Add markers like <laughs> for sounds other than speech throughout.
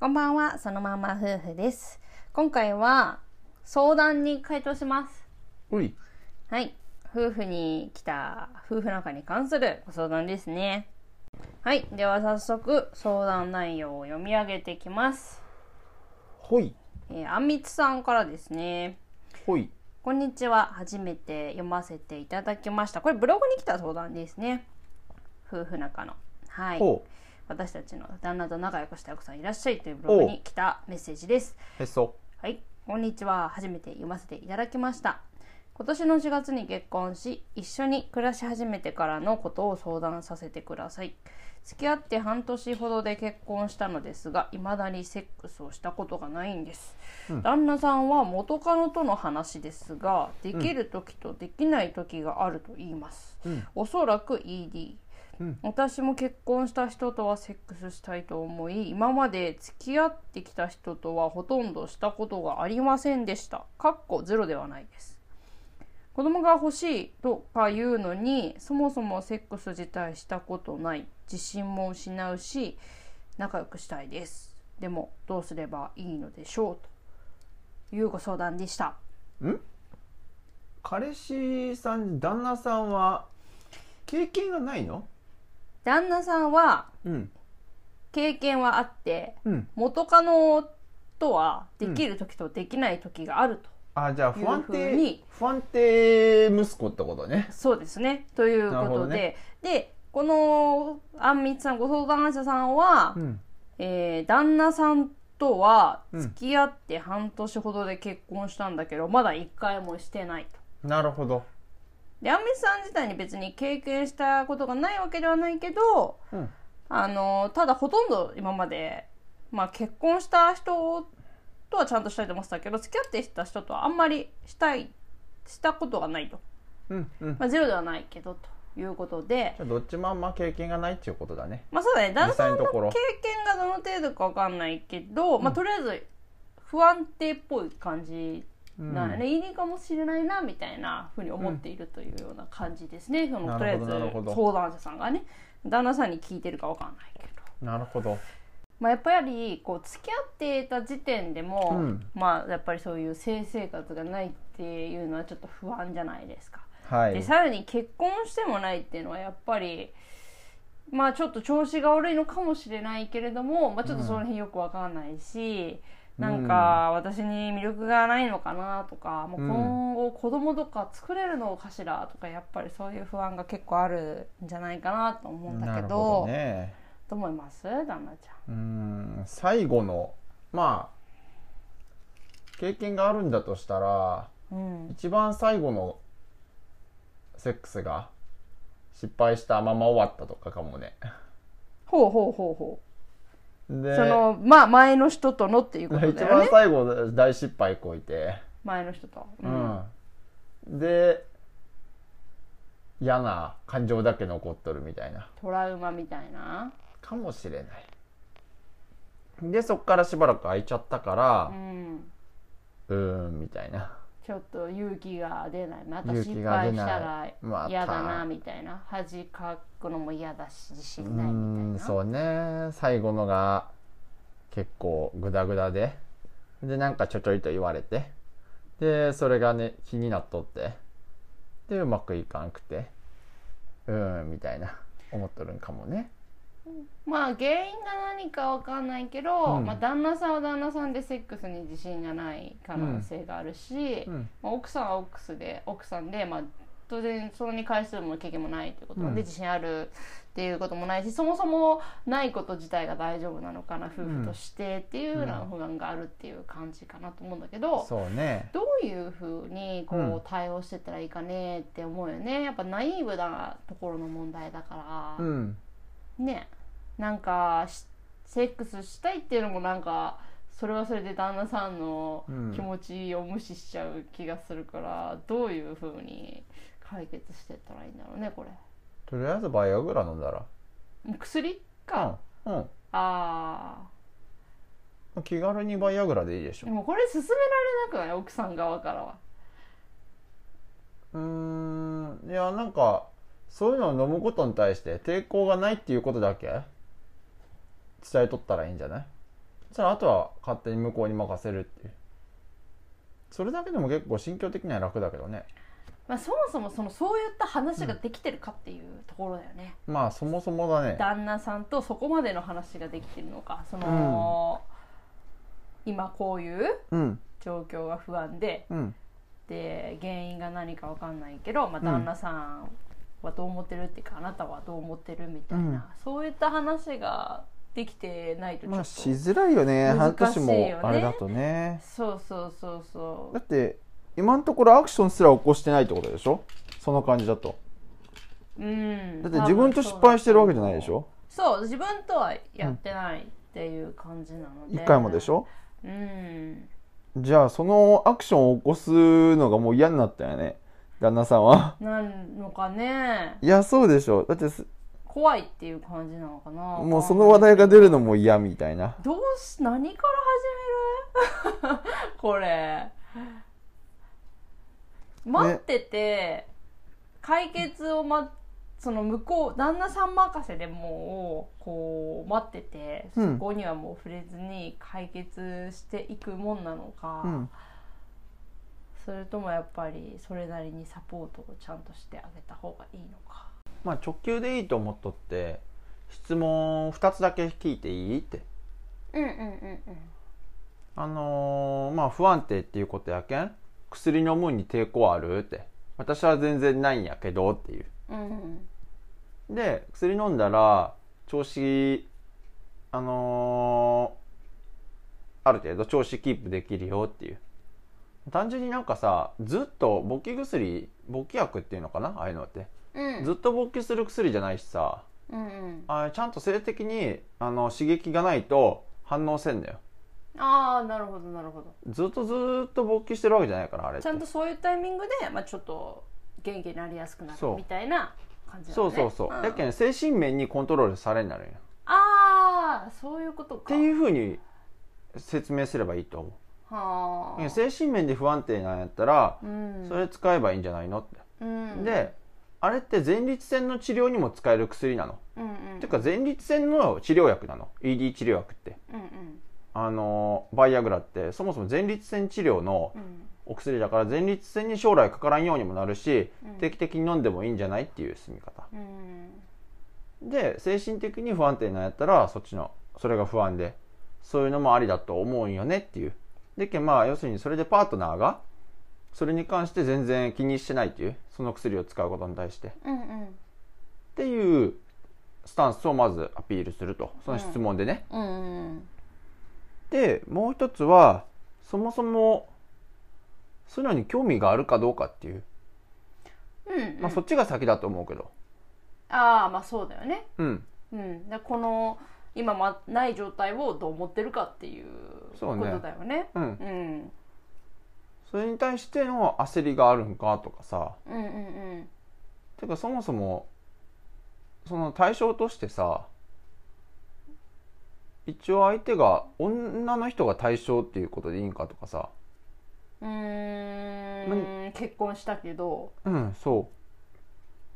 こんばんは、そのまんま夫婦です。今回は相談に回答します。おいはい、夫婦に来た夫婦仲に関するご相談ですね。はい、では早速相談内容を読み上げていきます。ほいえー、あんみつさんからですね。ほいこんにちは。初めて読ませていただきました。これブログに来た相談ですね。夫婦仲の。はい。ほ私たちの旦那と仲良くした奥さんいらっしゃいというブログに来たメッセージです。うへそはい、こんにちは。初めて読ませていただきました。今年の4月に結婚し、一緒に暮らし始めてからのことを相談させてください。付き合って半年ほどで結婚したのですが、未だにセックスをしたことがないんです。旦那さんは元カノとの話ですが、できる時とできない時があると言います。おそらく ED。私も結婚した人とはセックスしたいと思い今まで付き合ってきた人とはほとんどしたことがありませんでしたかっこゼロではないです子供が欲しいとか言うのにそもそもセックス自体したことない自信も失うし仲良くしたいですでもどうすればいいのでしょうというご相談でした彼氏さん旦那さんは経験がないの旦那さんはうん経験はあってうん元カノとはできる時とできない時があると、あじゃあ不安いうふうに定不安定息子ってことねそうですねというなるこほとどでね、でこのあんみつさんご相談者さんは、んえー旦那さんとはうん付き合って半年ほどで結婚したんだけど、まだ1回もしてないと。なるほどであんみつさん自体に別に経験したことがないわけではないけどうんあのただほとんど今まで、まあ、結婚した人とはちゃんとしたいと思ってたけど付き合ってきた人とはあんまりしたいしたことがないと、うんうんじまあ、ゼロではないけどということでゃ、あどっちもあんま経験がないっていうことだねまあ、そうだね旦那実さ際んののと経ころ験がどの程度かわかんないけど、まあ、とりあえず不安定っぽい感じなんやね、いいかもしれないなみたいなふうに思っているというような感じですね、そのとりあえなるずほど相なるほど談者さんがね旦那さんに聞いてるかわかんないけど。なるほどまあ、やっぱりこう付き合っていた時点でも、うんまあやっぱりそういう性生活がないっていうのはちょっと不安じゃないですか。はでいさらに結婚してもないっていうのはやっぱりまあちょっと調子が悪いのかもしれないけれども、まあ、ちょっとその辺よくわかんないし、なんか私に魅力がないのかなとか、もう今後子供とか作れるのかしらとかやっぱりそういう不安が結構あるんじゃないかなと思うんだなけるどほどねどう思います旦那ちゃん。うーん最後のまあ経験があるんだとしたらうん一番最後のセックスが失敗したまま終わったとかかもねほうほうほうほう、でそのまあ前の人とのっていうこと一だよ番ね最後大失敗こいて、前の人と、ううんんで嫌な感情だけ残っとるみたいなトラウマみたいなかもしれないでそっからしばらく空いちゃったからうんうーんみたいなちょっと勇気が出ないまた勇失気が敗出ないしたらまた嫌だなみたいな恥かくのも嫌だし自う信ないーみんたいなそうね最後のが結構グダグダででなんかちょちょいと言われてでそれがね気になっとってでうまくいかんくてうーんみたいな思っとるんかもねまあ原因が何かわかんないけど、うんまあ、旦那さんは旦那さんでセックスに自信がない可能性があるし、うんまあ、奥さんは奥さんで奥さんで、まあ、当然それに回数も経験もないということで、うん自信あるっていうこともないしそもそもないこと自体が大丈夫なのかな夫婦としてっていうような不安があるっていう感じかなと思うんだけど、そうねどういうふうにこうんう対応してったらいいかねって思うよねやっぱナイーブなところの問題だかうら、んねなんかしセックスしたいっていうのもなんかそれはそれで旦那さんのうん気持ちを無視しちゃう気がするから、どういうふうに解決してったらいいんだろうねこれとりあえずバイアグラ飲んだらもう薬か、うんうんあ気軽にバイアグラでいいでしーょでもこれ勧められなくない奥さん側からはうーんいやなんかそういうのを飲むことに対して抵抗がないっていうことだけ伝えとったらいいんじゃないそしたらあとは勝手に向こうに任せるっていうそれだけでも結構心境的には楽だけどねまあ、そもそもそのそういった話ができてるかっていうところだよね、まあそもそもだね旦那さんとそこまでの話ができてるのかその、今こういううん状況が不安でうんで原因が何かわかんないけど、まあ、旦那さんはどう思ってるっていうか、あなたはどう思ってるみたいな、うんそういった話ができてないとちょっと、まあしづらいよね半難し年いよねもあれだとねそうそうそうそだって今のところアクションすら起こしてないってことでしょその感じだとううんだって自分と失敗してるわけじゃないでしょそう自分とはやってないっていう感じなので一回もでしょうんじゃあそのアクションを起こすのがもう嫌になったよね旦那さんはなんのかね <laughs> いやそうでしょだってす怖いっていう感じなのかなもうその話題が出るのも嫌みたいなどうし何から始める <laughs> これ待ってて、解決を、ま、その向こう旦那さん任せでもうこう待っててうそんこにはもう触れずに解決していくもんなのか、うんそれともやっぱりそれなりにサポートをちゃんとしてあげた方がいいのかまあ直球でいいと思っとって質問2つだけ聞いていいってうんうんうんあのーまあ不安定っていうことやけん薬飲むに抵抗あるって私は全然ないんやけどっていううんうんで薬飲んだら調子あのーある程度調子キープできるよっていう単純になんかさずっと勃起薬勃起薬っていうのかなああいうのってうんずっと勃起する薬じゃないしさうんうんあちゃんと性的にあの刺激がないと反応せんだよああなるほどなるほどずっとずーっと勃起してるわけじゃないからあれってちゃんとそういうタイミングで、まあ、ちょっと元気になりやすくなそるうみたいな感じなそのうねそうそう、んやけん精神面にコントロールされになるんよっああそういうことかていうふうに説明すればいいと思はう、あ精神面で不安定なんやったらう、んそれ使えばいいんじゃないのって、うんであれって前立腺の治療にも使える薬なの、うんうんていうか前立腺の治療薬なの ED 治療薬ってうんうんあのバイアグラってそもそも前立腺治療のうんお薬だから前立腺に将来かからんようにもなるし、うん定期的に飲んでもいいんじゃないっていう進み方うんで精神的に不安定なんやったらそっちのそれが不安でそういうのもありだと思うんよねっていうでけんまあ要するにそれでパートナーがそれに関して全然気にしてないっていうその薬を使うことに対してっうんうんていうスタンスをまずアピールするとその質問でね、うんでもう一つはそもそもそういうのに興味があるかどうかっていう、うんまあ、そっちが先だと思うけどああまあそうだよねうんうんでこの今まない状態をどう思ってるかっていうそうねことだよねうんうんそれに対しての焦りがあるんかとかさうんうんてかそもそもその対象としてさ一応相手が女の人が対象っていうことでいいんかとかさうんうーん結婚したけどうんそ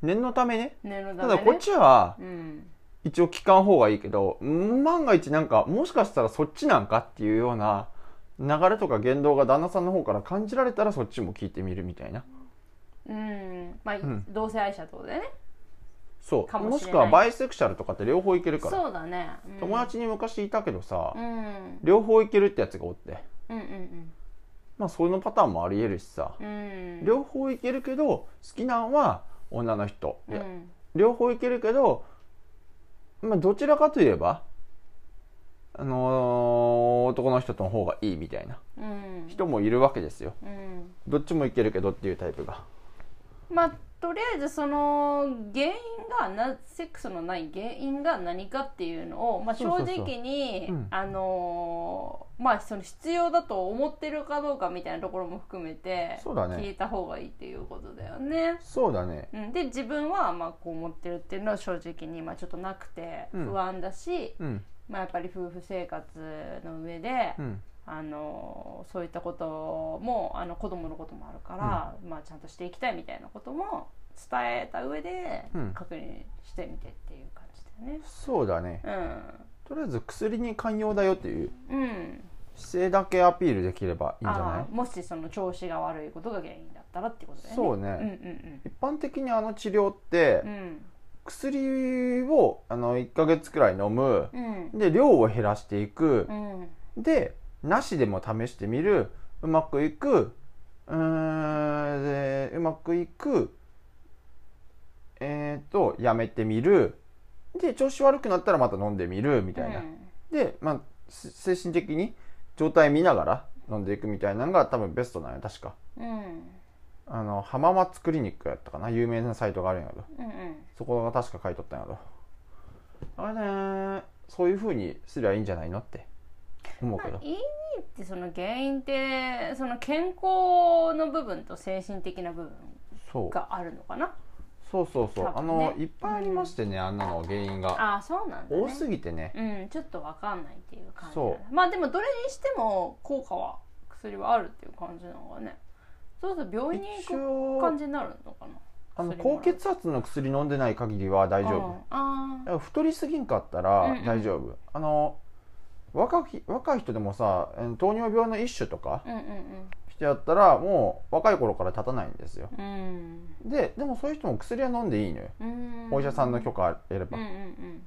う念のためね念のたためだねこっちはうん一応聞かん方がいいけど万が一なんかもしかしたらそっちなんかっていうような流れとか言動が旦那さんの方から感じられたらそっちも聞いてみるみたいなうんまあ、ん同性愛者ってことだよねそうかももししれないくはバイセクシャルとかって両方いけるからそうだね、うん、友達に昔いたけどさうんうん両方いけるってやつがおってうんうんまあそのパターンもあり得るしさ、うん両方いけるけど好きなんは女の人、ういやん両方いけるけど、まあ、どちらかといえば、あのー男の人との方がいいみたいなうん人もいるわけですようんどっちもいけるけどっていうタイプがまあとりあえずその原因がなセックスのない原因が何かっていうのを、まあ、そ正うそうそう直にうんあのーまあその必要だと思ってるかどうかみたいなところも含めてそうだね聞いた方がいいっていうことだよね。そうだねうん、で自分はまあこう思ってるっていうのは正直にまあちょっとなくてうん不安だし、うんまあ、やっぱり夫婦生活の上で、うんあのそういったこともあの子供のこともあるから、まあ、ちゃんとしていきたいみたいなことも伝えた上でうん確認してみてっていう感じだよね。そうだねうんとりあえず薬に寛容だよっていううん姿勢だけアピールできればいいんじゃなあーもしその調子が悪いことが原因だったらってことだよねいそううんね、一般的にあの治療ってうんうん薬をあの1ヶ月くらい飲むうんで量を減らしていくうんでなしでも試してみるうまくいくうーんでうまくいくえっ、とやめてみるで調子悪くなったらまた飲んでみるみたいな、うんで、まあ、す精神的に状態見ながら飲んでいくみたいなのが多分ベストなのよ確かうんあの浜松クリニックやったかな有名なサイトがあるんやけどうんそこが確か書いとったんやけどあれねそういうふうにすりゃいいんじゃないのって思うまあけど、 ED ってその原因ってその健康の部分と精神的な部分そうがあるのかなそうそうそう、多あ分ねのいっぱいありましてね、あんなの原因がああそうなんだ、ね、多すぎてねうんちょっとわかんないっていう感じだそねまあでもどれにしても効果は薬はあるっていう感じなのがねそうすると病院に一行く応感じになるのかなあの薬もら高う血圧の薬飲んでない限りは大丈夫ああだから太りすぎんかったうんらうん大丈夫、あの若き若い人でもさえー糖尿病の一種とかうんうんしてやったらもう若い頃から立たないんですようんででもそういう人も薬は飲んでいいのようんお医者さんの許可可得れば、うんうん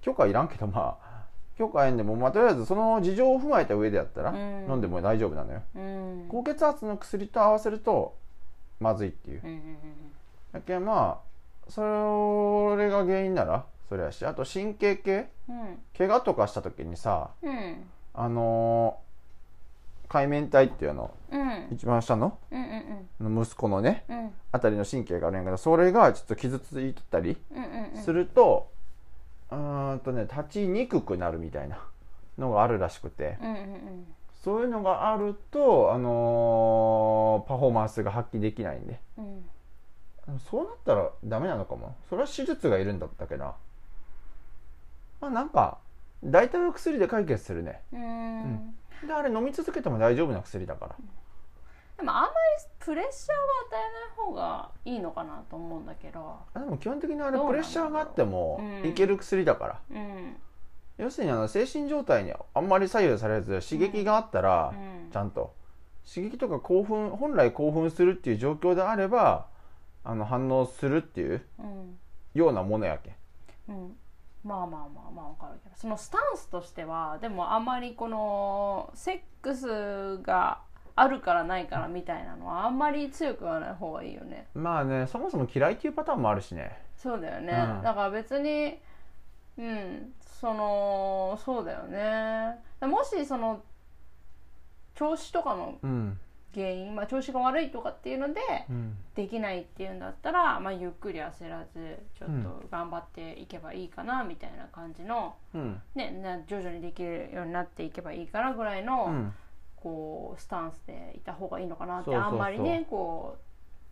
許可いらんけどまあ許可えんでも、まあ、とりあえずその事情を踏まえた上でやったら、うん飲んでも大丈夫なのようんうん高血圧の薬と合わせるとまずいっていううんうんだけどまあそれが原因ならそれやしあと神経系うん怪我とかした時にさうんあのー、海綿体っていうあのうん一番下のうんうんあの息子のねうんうんあたりの神経があるんやけどそれがちょっと傷ついてたりうんうんうんすると、うーんとね立ちにくくなるみたいなのがあるらしくてうんうんそういうのがあると、あのーパフォーマンスが発揮できないんでうんうんそうなったらダメなのかもそれは手術がいるんだったけどまあなんか大体は薬で解決するねうーんうんであれ飲み続けても大丈夫な薬だからでもあんまりプレッシャーは与えない方がいいのかなと思うんだけどあでも基本的にあどうなれんだろうプレッシャーがあってもうんいける薬だかうら、ん要するにあの精神状態にあんまり左右されず刺激があったうらんちゃんと刺激とか興奮本来興奮するっていう状況であればあの反応するっていううんようなものやけんうんまあまあまあまあわかるけどそのスタンスとしてはでもあんまりこのセックスがあるからないからみたいなのはあんまり強くはない方がいいよねまあねそもそも嫌いっていうパターンもあるしねそうだよね、うんだから別にうんそのそうだよねもしその調子とかのうん原因、まあ、調子が悪いとかっていうのでうんできないっていうんだったら、まあ、ゆっくり焦らずちょっと頑張っていけばいいかなみたいな感じの、うんね、な徐々にできるようになっていけばいいかなぐらいの、うんこうスタンスでいた方がいいのかなってそうそうそあうんまりねこ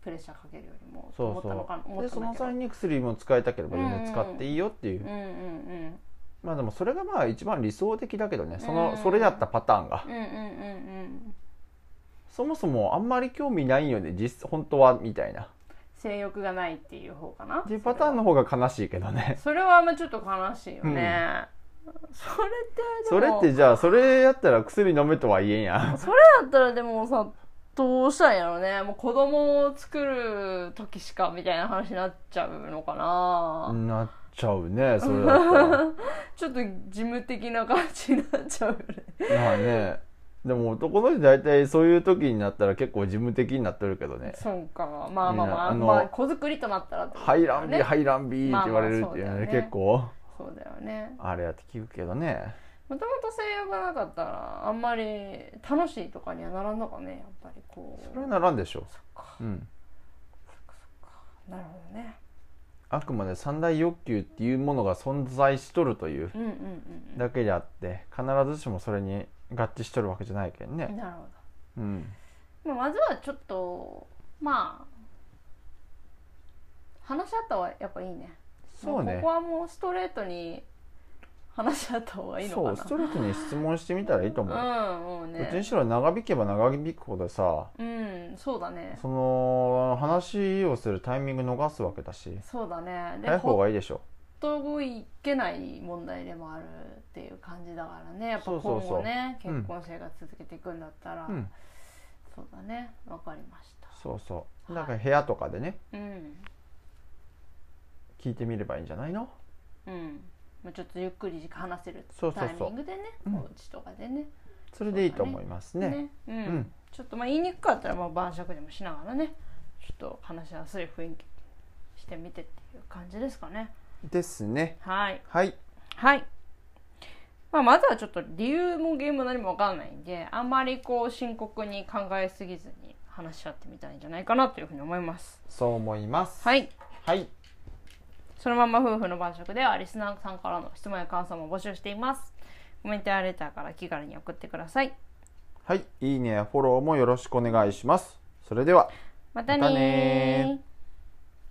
うプレッシャーかけるよりもとそ思うったのかなそう思っでたそんだのけど際に薬も使いたければ全うん然うん使っていいよっていう、うんうんまあでもそれがまあ一番理想的だけどねその、うんそれだったパターンがうんうんうんうんうんそもそもあんまり興味ないよね実本当はみたいな性欲がないっていう方かなっていうパターンの方が悲しいけどねそれはあんまちょっと悲しいよね、それってでそれもってじゃあそれやったら薬飲めとは言えんやんそれだったらでもさどうしたらいいんやろうねもう子供を作る時しかみたいな話になっちゃうのかな、なっちゃうねそれだっちょっと事務的な感じになっちゃうよね <laughs> たら <laughs> まあねでも男の人大体そういう時になったら結構事務的になってるけどねそうかまあまあまあ、うんあのまあ、子作りとなったらっ「てことだ入らんびね入らんび」って言われるっていうまあのまあそうだよねね結構そうだよねあれやって聞くけどねもともと性欲がなかったらあんまり楽しいとかにはならんのかねやっぱりこうそれはならんでしょそっかう、うん、なるほどねあくまで三大欲求っていうものが存在しとるといううんうんうんだけであって必ずしもそれに合致しとるわけじゃないけんうんねなるほうんどまあまずはちょっとまあ話し合った方がやっぱいいねそうもねここはもうストレートに話し合った方がいいのそかうスなトレートに質問してみたらいいと思う、うんもうどっちにねしろ長引けば長引くほどさうんそうだねその話をするタイミング逃すわけだしそうだねで早い方ほがいいでしょといけない問題でもあるっていう感じだからねやっぱそう今そうそう後ねうん結婚生活続けていくんだったら、うん、そうだねわかりましたそうそうだから部屋とかでねうん聞いてみればいいんじゃないのうんもうちょっとゆっくり話せるそうそうそうタイミングでねうんお家とかでねそれでいいと思いますねうんんちょっとまあ言いにくかったらまあ晩酌でもしながらねちょっと話しやすい雰囲気にしてみてっていう感じですかねですねはいはいはい、まあ、まずはちょっと理由もゲーム何も分かんないんであんまりこう深刻に考えすぎずに話し合ってみたいんじゃないかなというふうに思いますそう思います、はいいはい、そのまま夫婦の晩食ではリスナーさんからの質問や感想も募集していますコメントやレターから気軽に送ってくださいはい、いいねやフォローもよろしくお願いしますそれではまたねまたーね